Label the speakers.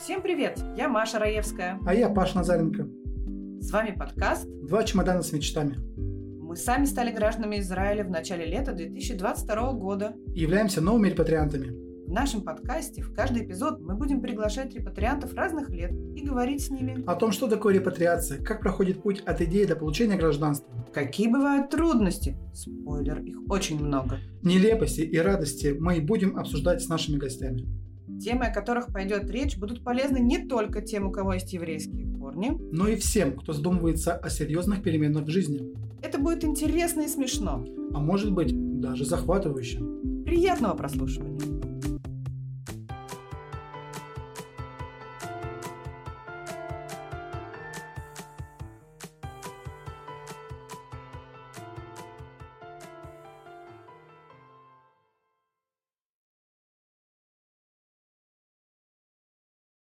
Speaker 1: Всем привет! Я Маша Раевская.
Speaker 2: А я Паш Назаренко.
Speaker 1: С вами подкаст
Speaker 2: Два чемодана с мечтами.
Speaker 1: «Мы сами стали гражданами Израиля в начале лета 2022 года».
Speaker 2: И являемся новыми репатриантами.
Speaker 1: В нашем подкасте в каждый эпизод мы будем приглашать репатриантов разных лет и говорить с ними,
Speaker 2: О том, что такое репатриация, как проходит путь от идеи до получения гражданства,
Speaker 1: какие бывают трудности. Спойлер, их очень много.
Speaker 2: нелепости и радости мы и будем обсуждать с нашими гостями.
Speaker 1: Темы, о которых пойдет речь, будут полезны не только тем, у кого есть еврейские корни.
Speaker 2: Но Ну и всем, кто задумывается о серьезных переменах в жизни.
Speaker 1: Это будет интересно и смешно.
Speaker 2: А может быть, даже захватывающе.
Speaker 1: Приятного прослушивания!